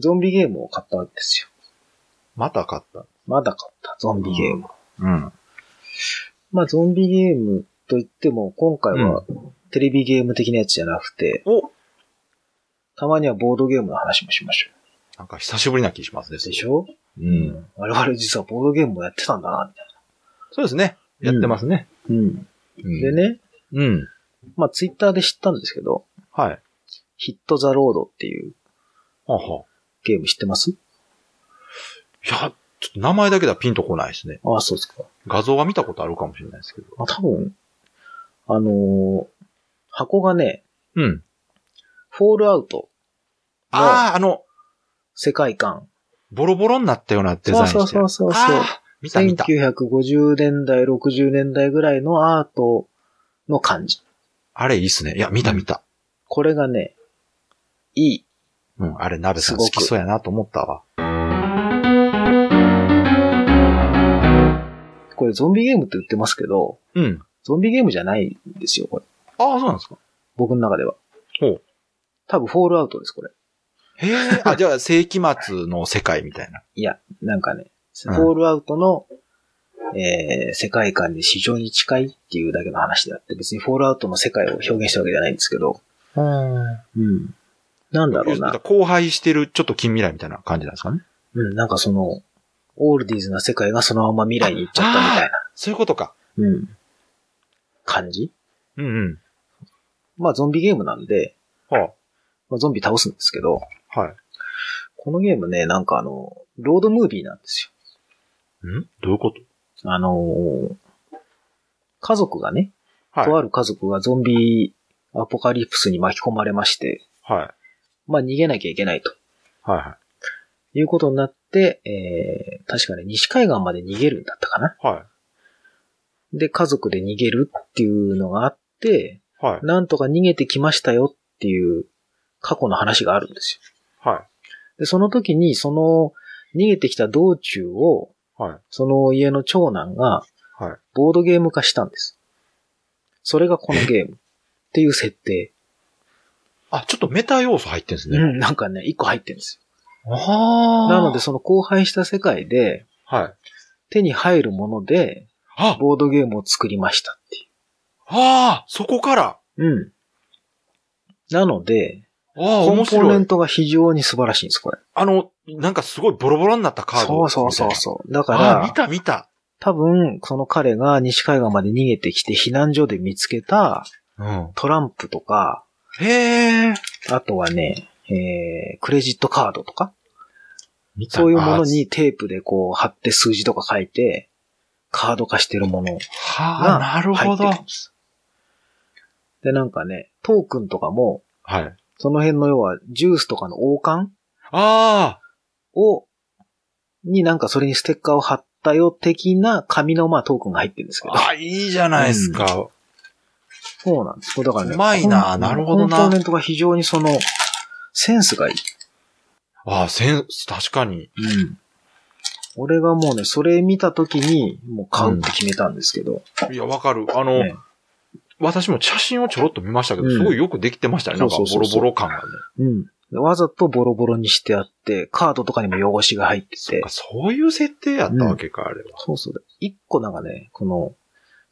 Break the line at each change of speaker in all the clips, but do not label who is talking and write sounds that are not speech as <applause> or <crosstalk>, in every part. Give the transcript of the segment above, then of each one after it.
ゾンビゲームを買ったんですよ。
また買った。
まだ買った、ゾンビゲーム。
うん。
まあ、ゾンビゲームといっても、今回はテレビゲーム的なやつじゃなくて、
お
たまにはボードゲームの話もしましょ
なんか久しぶりな気しますね。
う。でしょ
うん。
我々実はボードゲームもやってたんだな、みたい
そうですね。やってますね。
な。うん。
うん
で。ね、
うん。
まあ、ツイッターで知ったんですけど、
はい。
ヒットザロードっていう
はは。
ゲーム知ってます
いや、ちょっと名前だけではピンとこないですね。
ああ、そうですか。
画像は見たことあるかもしれないですけど。
まあ、多分、あのー箱がね、
うん。
フォールアウト
ああ、あの、
世界観。
ボロボロになったようなデザインして
そうそうそうそうそう
あー見た見た。
1950年代、60年代ぐらいのアートの感じ。
あれいいっすね。いや、見た見た。
これがね、いい。
うん、あれ、鍋さ
す
ん
ご
好
く
きそうやなと思ったわ。
これゾンビゲームって言ってますけど、
うん。
ゾンビゲームじゃないんですよ、これ。
ああ、そうなんですか。
僕の中では。
ほう。
多分フォールアウトです、これ。
へえ。 <laughs> あ、じゃあ、世紀末の世界みたいな。
いや、なんかね、フ
うん
ォールアウトの、えー、世界観に非常に近いっていうだけの話であって、別にフォールアウトの世界を表現したわけじゃないんですけど、うん。なんだろうな。
荒廃してる、ちょっと近未来みたいな感じなんですかね。
うん、なんかその、オールディーズな世界がそのまま未来に行っちゃったみたいな。
そういうことか。
うん。感じ
うんうん。
まあゾンビゲームなんで、
は
まあ、ゾンビ倒すんですけど、
あ、はい。
このゲームね、なんかあの、ロードムービーなんです
んどういうこと
よ。あのー家族がね、
はい。
とある家族がゾンビアポカリプスに巻き込まれまして、
はい。
まあ逃げなきゃいけないと
はいは
いうことになって、えー、確かね、西海岸まで逃げるんだったかな。
い。は
で、家族で逃げるっていうのがあって、
い。はい。
なんとか逃げてきましたよっていう過去の話があるんですよ。
は
で、その時に、その、逃げてきた道中を、
い。はい。
その家の長男が、
はい。
ボードゲーム化したんです。それがこのゲームっていう設
<laughs>
定。
あ、ちょっとメタ要素入ってんです
う
ね。
ん、なんかね、一個入ってるんです
あ
よ。
あ。
なので、、その荒廃した世界で、
はい。
手に入るもので、
あ、
ボードゲームを作りましたってい
ああ、そこから。
う。うん。なので、
ああ、
コンポー
面
ネ
白
ン
い。
トが非常に素晴らしいんです、これ。
あの、なんかすごいボロボロになったカード
そう
みたい
そ
な。
うそうそう。だか
ああ、見
ら、
た見た。
多分、その彼が西海岸まで逃げてきて避難所で見つけた
うん。
トランプとか、
へえ。
あとはね、えー、クレジットカードとか、
見た
そういうもの。にテープでこう貼って数字とか書いて、カード化してるもの
はあ、なる
入
ほ
って
ど
る。んです。で、なんかね、トークンとかも、
はい。あ
その辺の要はジュースとかの王冠
あ
を、になんかそれにステッカーを貼ったよ的な紙のまあトークンが入ってるんですけ
ー、
ど。
あいいじゃないですか。
そうなんです。これだからね。
うまいな
コン
なるほどな
コンポーネントが非常にその、センスがいい。
ああ、センス、確かに。
うん。俺がもうね、それ見た時に、もう買うって決めたんですけど。
いや、わかる。あの、
ね
私も写真をちょろっと見ましたけど、
うん
すごいよくできてましたね。なんか
そ
ボ
うそうそう
ロ
そう
ボロ感がね。
うん。わざとボロボロにしてあって、カードとかにも汚しが入って
そ
て
うか、。そういう設定やったわけか、あれは。
そうそうだ。一個なんかね、この、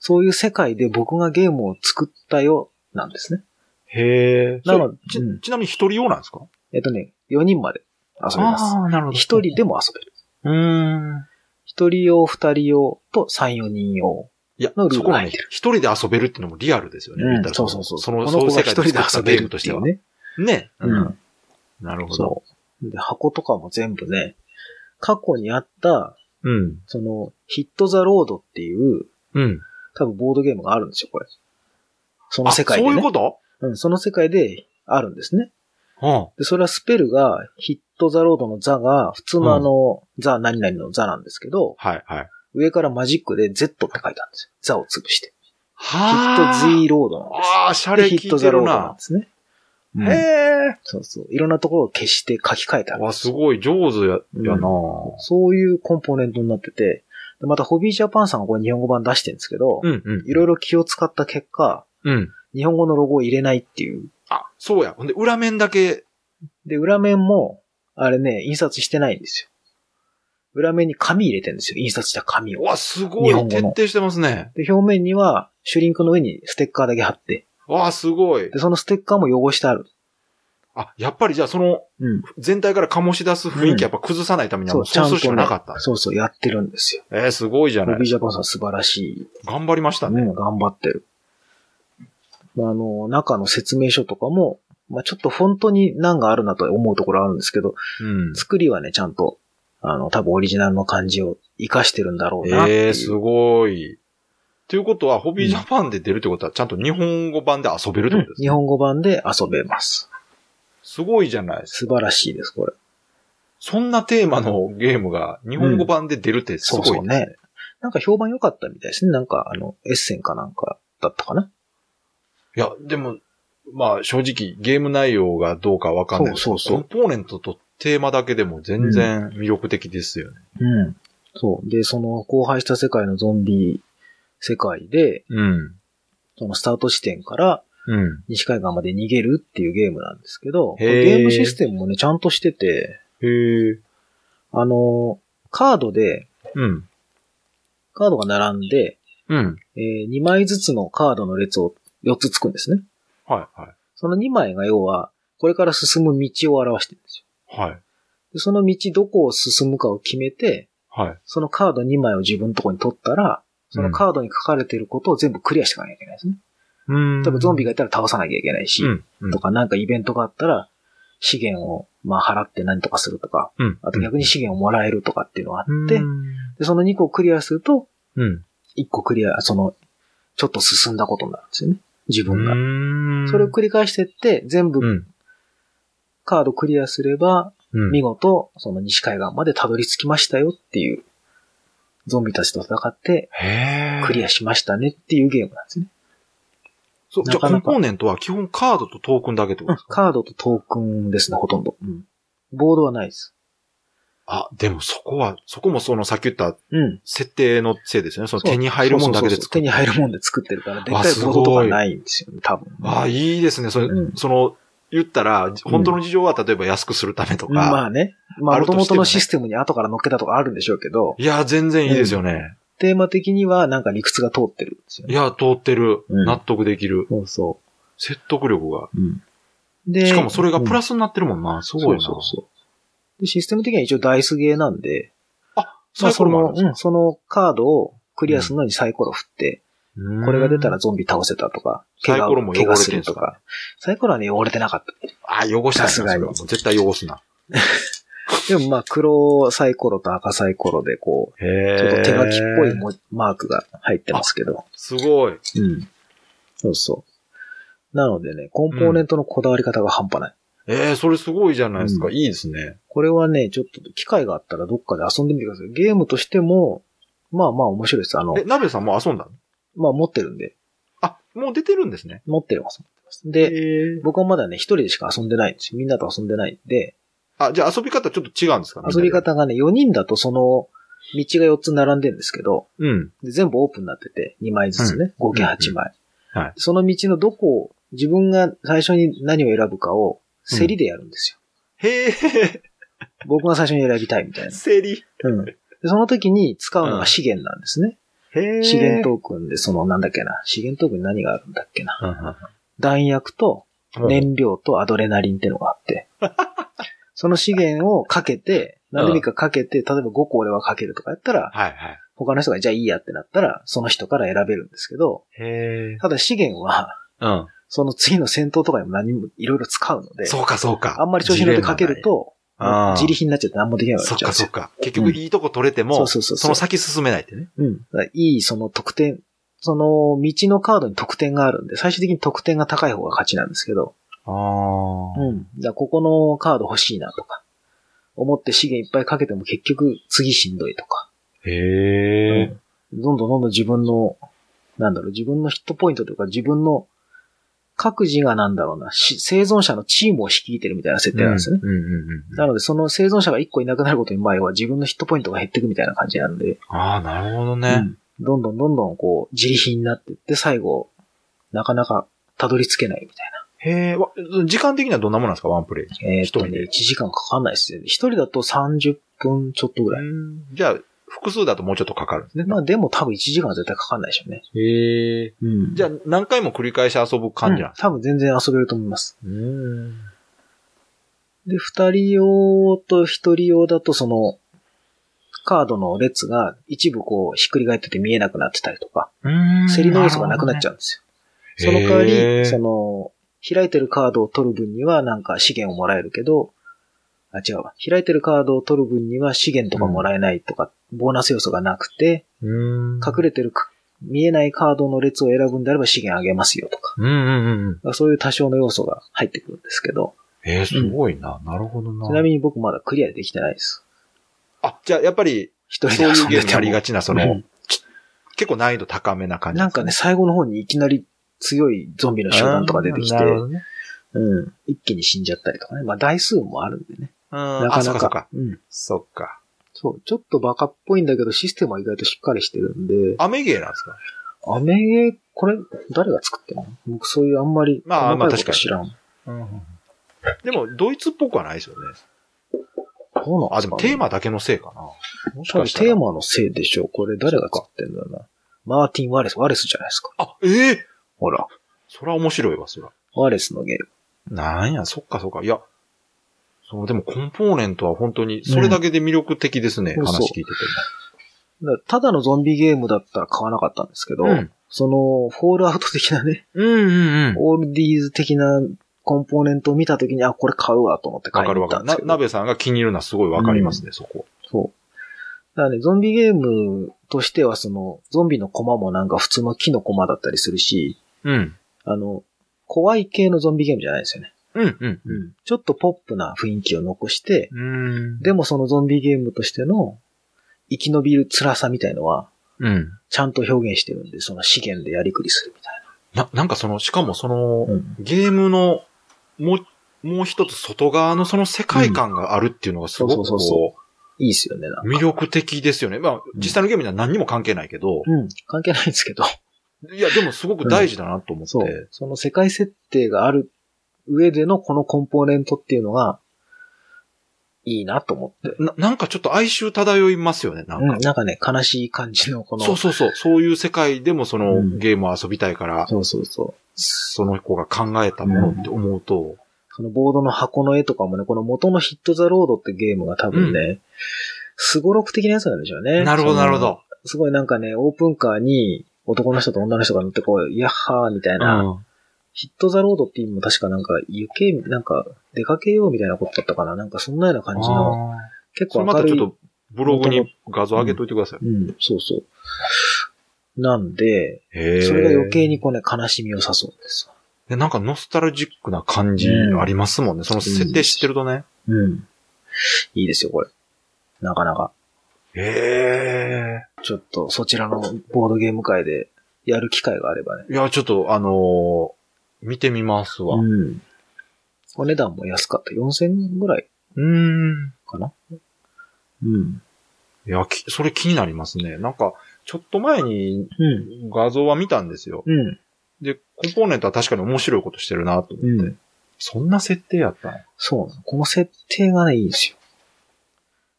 そういう世界で僕がゲームを作ったよ、なんですね。
へえ。
な
な
の
の
で
ち
うん
ちなみに一人用なんですか
えっとね、4人まで遊べます。
あ、なるほ
一人。でも遊べる。
うーん。
一人用、二人用と三、四人用。
いや、
のルー
そ
ル
こ
が
は
入
ね
ってる、
一人で遊べるってのもリアルですよね。言ったら
そうそうそう。
その、
こ
そ
の
ういう
子が
世
一
界で
人で遊べ
ゲー
る
ム
って
とし
い
ては
う。ね。
ね。
うん。
なるほど。
そう。で、箱とかも全部ね、過去にあった、
うん。
その、ヒットザロードっていう、
うん。
多分ボードゲームがあるんですよ、これ。その
あ
世界で、ね。
そういうこと
うん、その世界であるんですね。
うん。
で、それはスペルが、ヒットザロードのザが、普通のあの、ザ何々のザなんですけど、
はい、はい。
上からマジックで Z って書いてあるんですよ。ザを潰して。ヒ
は
ット Z ロードなんです。
ああ、シャレ
で、
聞
ヒッ
い
ト
て
ザロ
る
ードなん
な
で。すね。うん
へえ。
そうそう。いろんなところを消して書き換えてあるん
わ、
です
す
よ。
ごい上手や、やな
そういうコンポーネントになってて、でまたホビージャパンさんがこれ日本語版出してるんですけど、
うん、うん。
いろいろ気を使った結果、
うん。
日本語のロゴを入れないっていう。
あ、そうや。ほんで、裏面だけ、
で、裏面も、あれね、印刷してないんですよ。裏面に紙入れてるんですよ。印刷した紙
う
を。
わ、すご
日
い
本語
徹
の
底してますね。
で、表面には、シュリンクの上にステッカーだけ貼って、
わあ、すごい
で、。そのステッカーも汚してある。
あ、やっぱりじゃあその
うん。
全体から醸し出す雰囲
うん
気やっぱ崩さないためには
そ
もう
う、ち
そ
ゃ
うんするし
と
か
ね
なかった。
そうそう、やってるんですよ。
えー、すごいじゃ
ボ
な
ビー
い。
ジャパンさん素晴らし
頑張りました
い。
ね。
ね、頑張ってる。まああの、中の説明書とかも、まあちょっとフォントに難があるなと思うところあるんですけど、
うん。
作りはね、ちゃんと、あの、多分オリジナルの感じを活かしてるんだろうなっていう。
えー、すごい。ということは、ホビージャパンで出るってことは、ちゃんと日本語版で遊べるってことです、
日本語版で遊べます。
すごいじゃないですか。
素晴らしいです、これ。
そんなテーマのゲームが日本語版で出るってす
そ
ご
う
い、
そうね。なんか評判良かったみたいですね。なんか、あの、エッセンかなんかだったかな。
いや、でも、まあ正直ゲーム内容がどうかわかんないですけど
そうそうそう
コンポーネントとテーマだけでも全然魅力的ですよね。
うん。そう。で、その、荒廃した世界のゾンビ世界で、
うん。
そのスタート地点から
うん。
西海岸まで逃げるっていうゲームなんですけど、
へー
ゲームシステムもね、ちゃんとしてて、
へえ。
あの、カードで、
うん。
カードが並んで、
うん。
え2枚ずつのカードの列を4つつくんですね。
はい、は
その2枚が要は、これから進む道を表してるんですよ。
い。はい。
でその道どこを進むかを決めて、
はい。
そのカード2枚を自分のとこに取ったら、そのカードに書かれてることを全部クリアしていかなきゃいけないですね。
うん
例えばゾンビがいたら倒さなきゃいけないし、
うん。うん
とかなんかイベントがあったら、資源をまあ払って何とかするとか、
うん。
あと逆に資源をもらえるとかっていうのがあって、
うん
でその2個をクリアすると、
うん。
1個クリア、その、ちょっと進んだことになるんですよね。自分が。
うん
それを繰り返してって、全部
うん。
カードクリアすれば、
うん
見事、その西海岸までたどり着きましたよっていう、ゾンビたちと戦って
へえ。
クリアしましたねっていうゲームなんですね。
そう、じゃ
なか
あコン
なか
ポーネントは基本カードとトークンだけってことですか
カードとトークンですね、ほとんど。うん。ボードはないです。
あ、でもそこは、そこもそのさっき言った
うん。
設定のせいですよね。その
そう
手に入るもんだけで
そうそう
作
そう手
る。
に入るもんで作ってるから、でっ
あ
かい
すごい
ボードとかないんですよね、多分。
ああ、いいですね。それ
うん
その、言ったら、本当の事情は例えば安くするためと
うんま
か。
あね。ま
あ
あ、
ると
元
してもね
々のシステムに後から乗っけたとかあるんでしょうけど、
いや、全然いいですよね。
テーマ的にはなんか理屈が通ってるんですよ
い
ね。
や、通ってる。
うん
納得できる。
そうそ
説得力が。
う。うん。で、
しかもそれがプ
ス
ラスになってるもんな。すごいな。
そうそうそう。で、システム的には一応ダイスゲーなんで、ま
サ
あ、
イコ
そ
ロもある
の
ん、ですか
うん、そのカードをクリアするのにサイコロ振って、これが出たら、ゾンビ倒せたとか、
サイコロも汚れ
怪
てるん
我
です
す
か
るとか。サイコロはね、汚れてなかった。
あ、汚したい
さ
な
すがに
それはもう絶対汚すな。
でもまあ、黒サイコロと赤サイコロで、こ
へ
う、
え。
ちょっと手書きっぽいもマークが入ってますけど。
すご
う
い。
ん。そうそう。なのでね、コンポーネントのこだわり方が半端ない。
ええ、それすごいじゃないですか。
う
いいですね。
これはね、ちょっと機会があったらどっかで遊んでみてください。ゲームとしても、まあまあ面白いです。あの
え、、鍋さんもう遊んだの
まあ持ってるんで、
あ、もう出てるんですね。
持ってます。持ってますで、
え
僕はまだね、一人でしか遊んでないんですよ。みんなと遊んでないんで、
あ、じゃあ遊び方ちょっと違うんですかね
遊び。方がね、4人だとその、道が4つ並んでるんですけど、
うん。
で全部オープンになってて、2枚ずつね、合計8枚、
うんうんはい
その道のどこを、自分が最初に何を選ぶかを、競りでやるんですよ。
へえ、
僕が最初に選びたいみたいな。
セリ。
うん。でその時に使うのが資源なんですね。
へえ。
資源トークンで、その、なんだっけな。資源トークンに何があるんだっけな。
う
弾薬と、
ん。ね。
燃料とアドレナリンってのがあ
<laughs>
って、その資源をかけて、何ミかかけて、例えば5個俺はかけるとかやったら、
はいはい。
他の人がじゃあいいやってなったら、その人から選べるんですけど、
へえ。
ただ資源は、
うん。
その次の戦闘とかにも何もいろいろ使うので、
そうかそうか。
あんまり調子に乗ってかけると、
ジレンマだねあー
自利品になっちゃって何もできな
ジ
く
レンマ。
なっ
そっ
ちゃうん
か
です
そっ
よ。
か。結局いいとこ取れて
そ
も、
うそうそう
その先進めないってね。
うん。だからいいその得点、その道のカードに得点があるんで、最終的に得点が高い方が勝ちなんですけど、
ああ。
うん。じゃあ、ここのカード欲しいなとか、思って資源いっぱいかけても結局次しんどいとか、
へえ。
どんどんどんどん自分の、なんだろう、自分のヒットポイントというか自分の各自がなんだろうな、し生存者のチームを率いてるみたいな設定なんですよね。
うんうんうんう。
なんので、その生存者が1個いなくなることに前は自分のヒットポイントが減っていくみたいな感じなんで、
ああ、なるほど
う
ね。
んどんどんどんどんこう、自利品になっていって、最後、なかなかたどり着けないみたいな。
へえ、わ時間的にはどんなものなんですか、ワンプレイ。
えーっと
一人
ね、
で
1時間かかんないですね。一人だと30分ちょっとぐらい。
じゃあ、複数だともうちょっとかかるんですね。
まあでも多分1時間は絶対かかんないでしょうね。
へえ。
うん
じゃあ、何回も繰り返し遊ぶ感じなん
うん多分全然遊べると思います。
うん。
で、二人用と一人用だとその、カードの列が一部こうひっくり返ってて見えなくなってたりとか、
うん。
競りの要素がなくなっちゃうんですよ。その代わ
へー
り、その、開いてるカードを取る分にはなんか資源をもらえるけど、あ、違うわ。開いてるカードを取る分には資源とかもらえないとか、ボーナス要素がなくて、
うん。
隠れてるか、見えないカードの列を選ぶんであれば資源あげますよとか、
うんうんうんうん。
そういう多少の要素が入ってくるんですけど、
えー、すごいな。なるほどな。
ちなみに僕まだクリアできてないです。
あ、じゃあ、やっぱり、
一人
そ
で
う
遊
いうんゲ
で
ームに
て
な
も
りがちな、そ
うん
の、結構難易度高めな感じ
なんかね、最後の方にいきなり強いゾンビの集団とか出てきて
あー、なるほどね
うん、一気に死んじゃったりとかね。まあ台数もあるんでね。
うん。
な
あ、
か
そ
な
っかそっか
か。。うん。
そっか。
そう、ちょっとバカっぽいんだけど、システムは意外としっかりしてるんで、
アメゲーなんですか
アメゲー、これ、誰が作ってるの僕そういうあんまり、細
まあ
かい
まあ
こと
確かに
知らん。
でも、ドイツっぽくはないですよね。
どうなん
あ、
で
ですも
か
テー
ね
マだけのせいかな。もし
多
か
分
したら
テーマのせいでしょう。これ誰が作ってんだろうな。マーティン・ワレス、ワレスじゃないですか。
あ、ええ
ほら、
そら面白いわ、そら。
ワレスのゲーム。
なんや、そっかそっか。いや、そう、でもコンポーネントは本当に、それだけで魅力的ですね、
うん
話
そう
聞いてて
だからただのゾンビゲームだったら買わなかったんですけど、
も。うん。
その、フォールアウト的なね、
うんうん
オールディーズ的なコンポーネントを見たときに、あ、これ買うわと思って
わ
買い
か
に
る
行
わ
ったん
かる。
で
な
す、けど。
なべさんが気に入るのはすごいわかりますね、そこ。
そう。だからね、ゾンビゲームとしては、その、ゾンビの駒もなんか普通の木の駒だったりするし、
うん。
あの、怖い系のゾンビゲームじゃないですよね。
うんうん
ちょっとポップな雰囲気を残して、
うん。
でもそのゾンビゲームとしての生き延びる辛さみたいのは、
うん。
ちゃんと表現してるんで、その資源でやりくりするみたい
な、なんかその、しかもその、
な。うん。
ゲームの、もう、もう一つ外側のその世界観があるっていうのがすごく
うんそうそう
こ
いいっすよね、なん
う、
か。
魅力的ですよね。まあ、実際のゲームには何にも関係ないけど、
うん。関係ないんですけど。
いや、でもすごく大事だなと思っ
<laughs>
て。
そう。その世界設定がある上でのこのコンポーネントっていうのが、いいなと思って。
ななんかちょっと哀愁漂いますよね、なん
う
か
ん、。なんかね、悲しい感じのこの、
そうそうそう。そういう世界でもその、
うん
ゲームを遊びたいから、
そうそうそう。
その子が考えたものって思うと、
そのボードの箱の絵とかもね、この元のヒットザロードってゲームが多分ね、すごろく的なやつなんでしょうね。
なるほど、
その
なるほ。ど。
すごいなんかね、オープンカーに男の人と女の人が乗ってこう、いやっはーみたいな、
うん
ヒットザロードっていうのも確かなんか、行け、なんか、出かけようみたいなことだったかな。なんかそんなような感じの、
あー
結
そ
構
れま
明
た
る
ち
い
ょっと、ブログに画像上げといてください。
うん、そうそう。なんで、
へー
それが余計にこうね、悲しみを誘うんですよ。
で、なんかノスタルジックな感じありますもんね。その設定知ってるとね。
うん。いいですよ、これ。なかなか。
へ
ちょっと、そちらのボードゲーム会でやる機会があればね。
え。いや、ちょっと、あのー見てみますわ。
うん。お値段も安かった。4000円ぐらい
うん。
かなうん。
いや、きそれ気になりますね。なんか、ちょっと前に
うん。
画像は見たんですよ。
うん。
で、コンポーネントは確かに面白いことしてるなと思って。
うん。
そんな設定やったんや
そうなの。この設定がね、いいんですよ。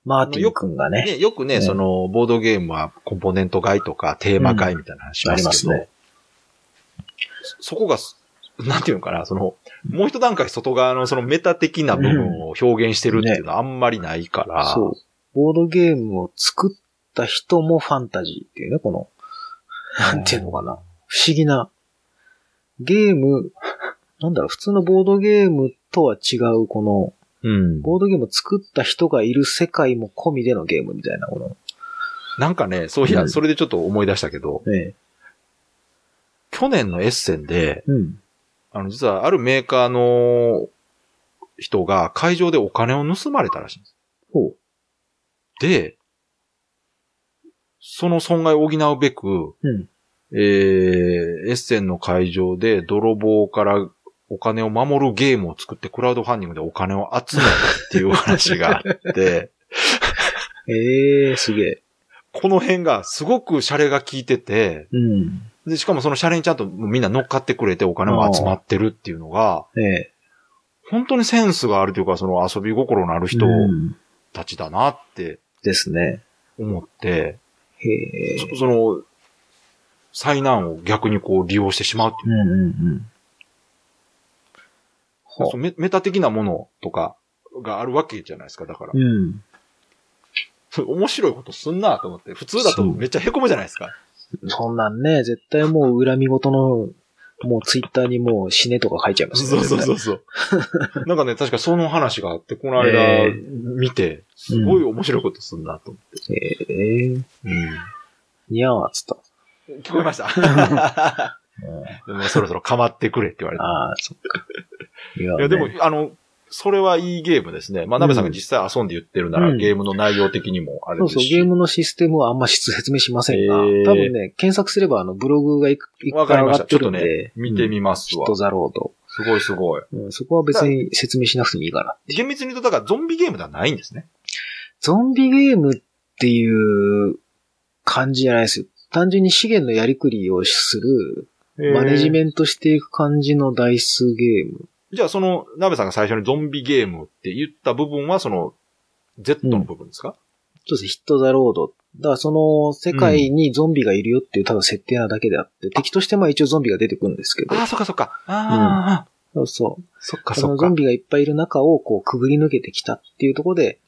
マーティン君がね、
ね、よくね、
ね
その、ボードゲームはコンポーネント買いとかテーマ買いみたいな話し
あ
ま
り
す
ま
け
す
ど、
ね。
そそこがす、なんていうのかな、その、もう一段階外側のそのメタ的な部分を表現してるっていうのはあんまりないから、
そう。ボードゲームを作った人もファンタジーっていうね、この、なんていうのかな。不思議な。ゲーム、 <laughs> なんだろう、普通のボードゲームとは違う、この、
うん。
ボードゲームを作った人がいる世界も込みでのゲームみたいな、この、
なんかね、そういうや、
ん
それでちょっと思い出したけど、
ね
去年のエッセンで、
うん。
あの、実はあるメーカーの人が会場でお金を盗まれたらしいんです。
ほ
で、その損害を補うべく、
う。うん。
えー、エッセンの会場で泥棒からお金を守るゲームを作ってクラウドファンディングでお金を集めるっていう話があって、
<laughs> ええー、すげえ。
この辺がすごくシャレが効いてて、
うん。
で、しかもそのシャレにちゃんとみんな乗っかってくれてお金も集まってるっていうのが、
ええ。
本当にセンスがあるというか、その遊び心のある人
うん
たちだなって
ですね。
思って、
へえ。
そその、災難を逆にこう利用してしまうっていう
うんうんうん。ほ
そうメメタ的なものとかがあるわけじゃないですか、だから
う。うん。
そう <laughs> 面白いことすんなと思って、普通だとめっちゃ凹むじゃないですか。
そんなんね、絶対もう恨み事の、もうツイッターにもう死ねとか書いちゃいます。
そうそうそううそう。 <laughs> なんかね、確かその話があって、この間
ええ
見て、すごい面白いことすんなと思って。
ええにゃーっつった。
うん聞こえました
<laughs>
<laughs>
うん
でもそろそろ構ってくれって言われて。
ああ、そっ <laughs> か。いや
いや、でも
ね、
あの、それはいいゲームですね。まあ、鍋さんが実際遊んで言ってるなら、
うん
ゲームの内容的にもあれ
そ
で
う
すし。
そう、ゲームのシステムはあんま説明し <laughs> ませんが、
へー
多分ね、検索すればあのブログがいくいく
わ
か
からり
上
ま
が
した。
っ
ちょ
て
っと
るんで
ね、、見てみます
きっ
わ
と。ざろうと。
すごいすごい。
うん、そこは別に説明しなくてもいいから。
厳密に言うと、だからゾンビゲームではないんですね。
ゾンビゲームっていう感じじゃないですよ。単純に資源のやりくりをする、マネジ
ン
メントしていく感じのダイスゲーム。
ト。じゃあ、その、鍋さんが最初にゾンビゲームって言った部分は、その、Z の部分ですか、
そうですね、ヒットザロード。だからその世界にゾンビがいるよっていうただ設定なだけであって、敵としてまあ一応ゾンビが出てくるんですけど
あ。あ、そっかそっか。ああ、
そうそう。
そっか
そ
そ
の
っ
ゾ
か
ン。ビがいっぱいいる中をこうくぐり抜けてきたっていうところで、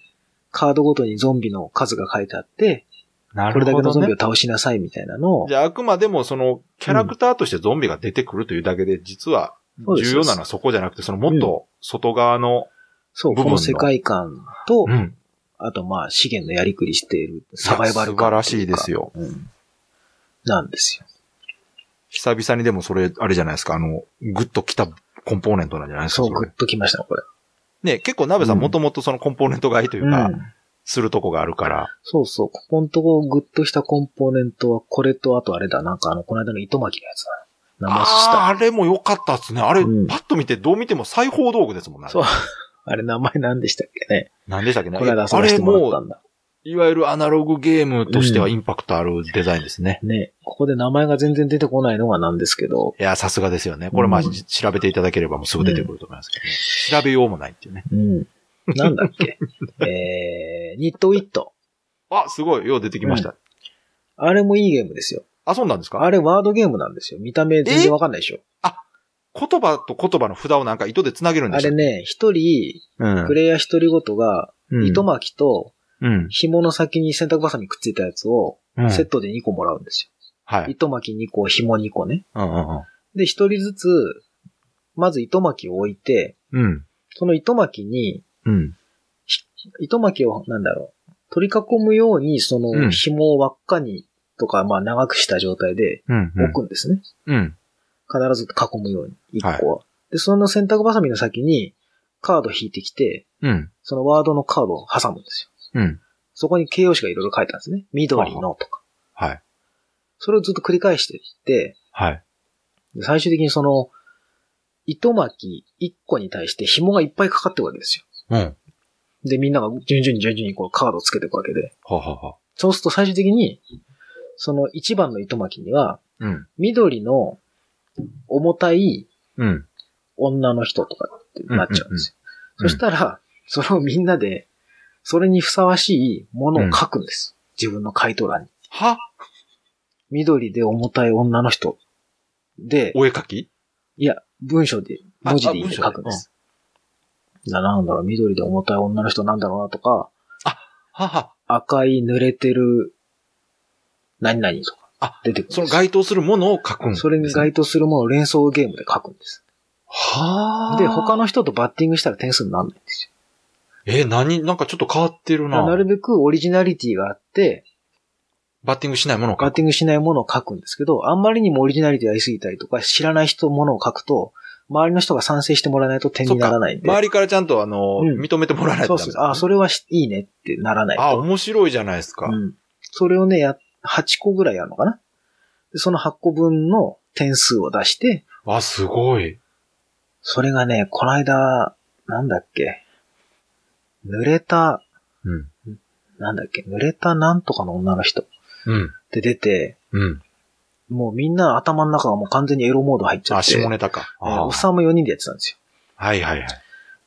カードごとにゾンビの数が書いてあって、
な
これ
る
だけ
ほ
の
ど
ゾンビ
ね
を。倒しなさいみたいなのを。
じゃあ、あくまでもその、キャラクターとしてゾンビが出てくるというだけで、実は、
そうです
重要なのはそこじゃなくて、そのもっと外側の、
そう、
部分
こ
の
の世界観と
う、ん。
あとまあ資源のやりくりしているサバイバル感
いや素晴らしいですよ
というか。うんなんですよ。
久々にでもそれ、あれじゃないですか、あの、グッときたコンポーネントなんじゃないですか、
そう、
そ
グ
れ
ッときましたね、これ。
ね、結構鍋さ
うんん
もともとそのコンポーネント買いというか、
うん
するとこがあるから、
そうそう、ここのとこグッとしたコンポーネントはこれとあとあれだ、なんかあの、この間の糸巻きのやつだ。名前した。
あーあれも良かったっすね。あれ、
うん
パッと見て、どう見ても裁縫道具ですもんね。
そう。あれ名前何でしたっけね。
なんでしたっけね。
この間遊
あ
ばせ
れ
てもらった
も、
んだ。
いわゆるアナログゲームとしては
うん
インパクトあるデザインですね。
ね、ここで名前が全然出てこないのがなんですけど、
いや、さすがですよね。これ、まあ、
うん
じ調べていただければもうすぐ出てくると思いますけど、ね調べようもないっていうね。
うん。なんだっ
<laughs>
けえー、ニットウィット。
あ、すごい。よう出てきました。
あれもいいゲームですよ。
遊んだんですか
あれワードゲームなんですよ。見た目全然わかんないでしょ。
言葉と言葉の札をなんか糸で繋げるんで
あ
す
れ
よ。
ね、一人、
うん
プレイヤー一人ごとが、
うん
糸巻きと
うん。
紐の先に洗濯バサミくっついたやつを、
うん
セットで2個もらうんです
は
よ。
い。
糸巻き2個、紐2個ね。
うんうん
で、一人ずつ、まず糸巻きを置いて、
うん。うん。
その糸巻きに、
うん。
糸巻きを、なんだろう、取り囲むように、そうの
ん
紐を輪っかに、とか、まあ長くした状態で
うん。
置くんですね。
うん。
必ず囲むように、一個は。で、その洗濯バサミの先に、カード引いてきて、
うん。
そのワードのカードを挟むんですよ。
うん。
そこに形容詞がいろいろ書いたんですね。緑のとか。
はい。
それをずっと繰り返していって、
はい。
最終的にその、糸巻き1個に対して紐がいっぱいかかってるわけですよ。
うん。は
で、みんなが順々に順々にこうカードをつけていくわけで。
はは。
そうすると最終的に、その1番の糸巻きには、
うん。
緑の重たい
うん。
女の人とかってなっちゃうんです
う
よ。
んうんう
そ
ん
したら、それをみんなで、それにふさわしいものを書くんです。自分の回答欄に。
は
緑で重たい女の人。で、
お絵描き
いや、文章で、
あ
文字で
あ
いいんで
文章
書
で
くんです。ななんだろう、緑で重たい女の人なんだろうなとか、
はは。
赤い濡れてる、何々とか。
あ
出てくるんです
その該当するものを書くんですね
それに該当するものを連想ゲームで書くんです。
はあ。
で、他の人とバッティングしたら点数にならないんです
え、何なんかちょっと変わってる
よ。だか
な。
らなるべくオリジナリティがあって、
バッティングしないものを
バ
書
ッ
く。
ティングしないものを書くんですけど、あんまりにもオリジナリティありすぎたりとか、知らない人ものを書くと、周りの人が賛成してもらわないと点にならないんで。
周りからちゃんと、あの、
うん
認めてもらわない
そ
と
う
ダ
そ
メ
うそう。あ、それはしいいねってならないと。
あ、面白いじゃないですか。
うん。それをね、や、8個ぐらいやるのかなで、その8個分の点数を出して、
あ、すごい。
それがね、この間、なんだっけ、濡れた、
うん。
なんだっけ、濡れたなんとかの女の人っ
うん。
て出て、
うん。
もうみんな頭の中がもう完全にエロモード入っちゃ
あ、
って。
下ネタか。
えー
あ
おっさんも4人でやってたんですよ。
はいはいはい。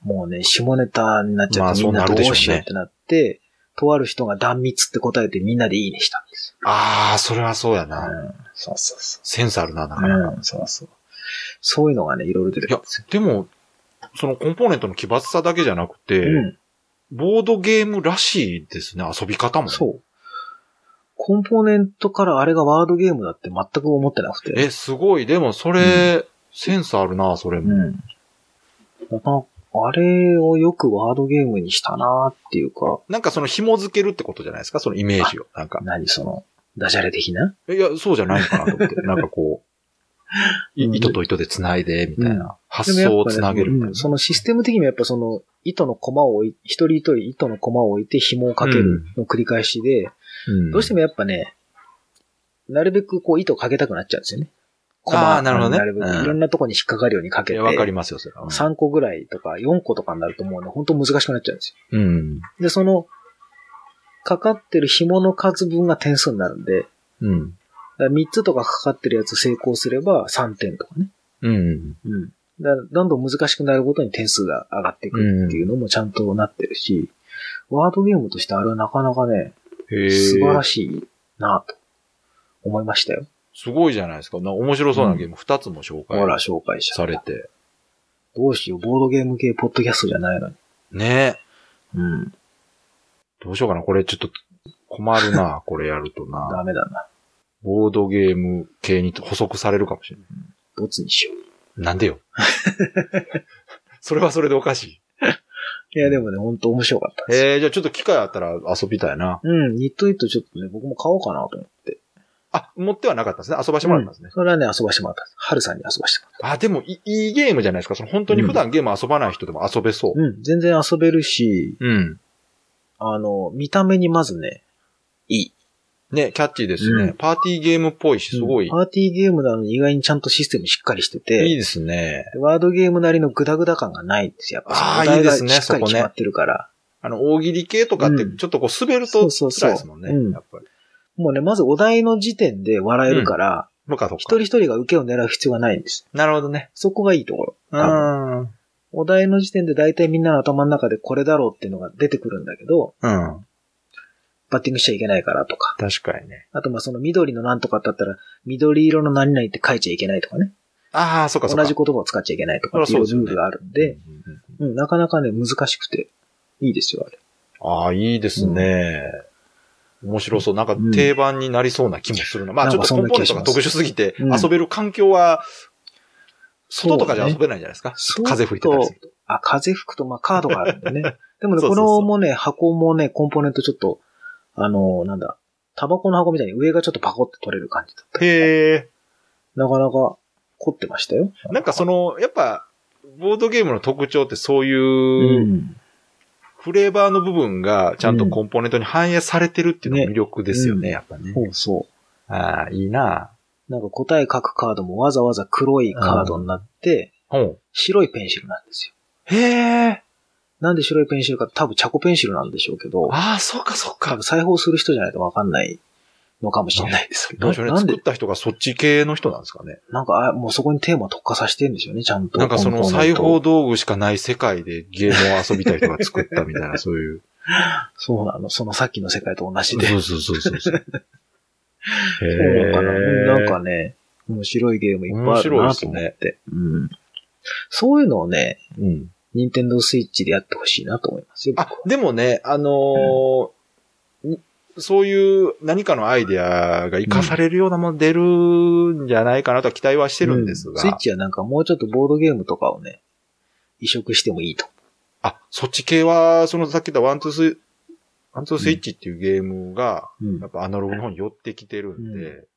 もうね、下ネタになっちゃ
まあ
って、みんな
そ
ど
うなるでしょうね
うしようってなって、とある人が断蜜って答えてみんなでいいねしたんです
ああ、それはそうや
よ。う
な。
ん、そうそうそ
センスあるな、なか
う。
なか。
うん、そうそう。そういうのがね、いろいろ出てくるんです
でも、そのコンポーネントの奇抜さだけじゃなくて、
よ。うん、
ボードゲームらしいですね、遊び方も。
そう。コンポーネントからあれがワードゲームだって全く思ってなくて。
え、すごい。でも、それ、センスあるな、それ
う
も。
ん。やっぱあれをよくワードゲームにしたなーっていうか、
なんかその紐付けるってことじゃないですか、そのイメージを。なんか。
何その、ダジャレ的ない
や、そうじゃないのかなと
<laughs>
思って。なんかこう、い
うん
糸と糸で繋いで、みたいな。
うん
発想を繋げるみたい
うん
な。
そのシステム的にもやっぱその、糸のコマを置い、一人一人糸のコマを置いて紐をかけるの繰り返しで、
うん
どうしてもやっぱね、なるべくこう糸をかけたくなっちゃうんですよね。コ
あーなるほどね
なるべく
うん
いろんなとこに引っかかるようにかけ
い
て、
やわかりますよ、それは。うん
3個ぐらいとか4個とかになるともうね、本当難しくなっちゃうんです
うん。
よ。で、その、かかってる紐の数分が点数になるんで、
う
だ
ん。
から3つとかかかってるやつ成功すれば3点とかね。
うん。
うん。だからどんどん難しくなるごとに点数が上がっていくっていうのもちゃんとなってるし、ワードゲームとしてあれはなかなかね、
へえ。
素晴ら
しい。
しいなと思いましたよ。
すごいじゃないですか。な面白そうなゲーム2つも紹
ほら、
介
紹介者。
されて。
どうしよう、ボードゲーム系ポッドキャストじゃないのに。
ね
うん。
どうしようかな。これちょっと困るな。これやるとな。
ダメだな。
ボードゲーム系に補足されるかもしれない。
ボツにしよう。
なんでよ。 <laughs> それはそれでおかし
いや、でもね、ほんと面白かった
い。
です。
えー、じゃあちょっと機会あったら遊びたいな。
うん、ニットニットちょっとね、僕も買おうかなと思って。
あ、持ってはなかったんですね。遊ばしてもらったんですね。
それはね、遊ばしてもらったんです。春さんに遊ばしてもらっ
あ、でもいい、いいゲームじゃないですか。その本当に普段ゲーム遊ばない人でも遊べそう。
た。うん、全然遊べるし、
うん。
あの、見た目にまずね、いい。
ね、キャッチーですね。
うん
パーティーゲームっぽいし、すごい。
パーティーゲームなのに意外にちゃんとシステムしっかりしてて、
いいですね。
ワードゲームなりのグダグダ感がないんですよ。やっぱ
あ
そ
ー
のお題が
いいですね
しっかり
そこね
決まってるから。
あの、大喜利系とかって、
うん
ちょっとこう滑る
そ
と
うそうそう
辛いですもんね。
うん
やっぱり。
もうね、まずお題の時点で笑えるから、
そうか、そう
一
か。
人一人が受けを狙う必要がないんです。
なるほどね。
そこがいいところ。
うん。うん。
お題の時点で大体みんなの頭の中でこれだろうっていうのが出てくるんだけど、バッティングしちゃいけないからとか。
確かにね。
あとまあその緑のなんとかだったら、緑色の何々って書いちゃいけないとかね。
ああ、そうか、
同
そうか。
じ言葉を使っちゃいけないとかっていうルールがあるんで、
うんうんうん
うん、なかなかね、難しくて、いいですよ、あれ。
ああ、いいですね。面白そう。なんか定番になりそうな気もするな。まあ
なん
ちょ
か
っとコンポーネン
そ
トが
んな気
特
がし
殊すぎて、
うん
遊べる環境は、
そう
外
ね
とかじゃ遊べないじゃないですか。風吹いてたりすると。
あ、風吹くと、まあ、カードがあるんで
<laughs>
ね。でもね、
そうそ
こ
うそ
の
う
もね、箱もね、コンポーネントちょっと、あのーなんだ、タバコの箱みたいに上がちょっとパコって取れる感じだった。
へえ。
なかなか凝ってましたよ。
なんかその、やっぱ、ボードゲームの特徴ってそう
う
いう、
ん。
フレーバーの部分がちゃんとコンポーネントに反映されてるっていうのが
ね
魅力ですよね、
うん
やっぱね。
そうそ
ああ、いいな
う。なんか答え書くカードもわざわざ黒いカードになって、
ほう。
白いペンシルなんですよ。
へえ。
なんで白いペンシルか、多分チャコペンシルなんでしょうけど、
ああ、そうかそう
多
か
分。裁縫する人じゃないとわかんないのかもしれないですけ
ど
ど、
うでしょうね。
なん
作
で
っ、た人がそっち系の人なんですかね。
なんかあ、もうそこにテーマ特化させてるんですよね、ちゃんと。
なんかその
コンポーネ
裁
ントを
縫道具しかない世界でゲームを遊びたい人が作ったみたいな、そういう。
そうなの。そのさっきの世界と同じ
そ
で。 <laughs> そう
うそうそうそうそう。
なのかな。うんなん
へー
かね、面白いゲームいっぱいあるなと思
面白
っ
いで
て。うん、そういうのをね、
うん。
任天堂スイッチでやってほしいなと思いますよ。
あ、でもね、あのーにそういう何かのアイデアが活かされるようなもの出るんじゃないかなとは期待はしてるんですが。
うスイッチはなんかもうちょっとボードゲームとかをね、移植してもいいと。
あ、そっち系は、そのさっき言ったワンツース、ワンツースイッチっていうゲームが、
うん
やっぱアナログの方に寄ってきてるんで、
う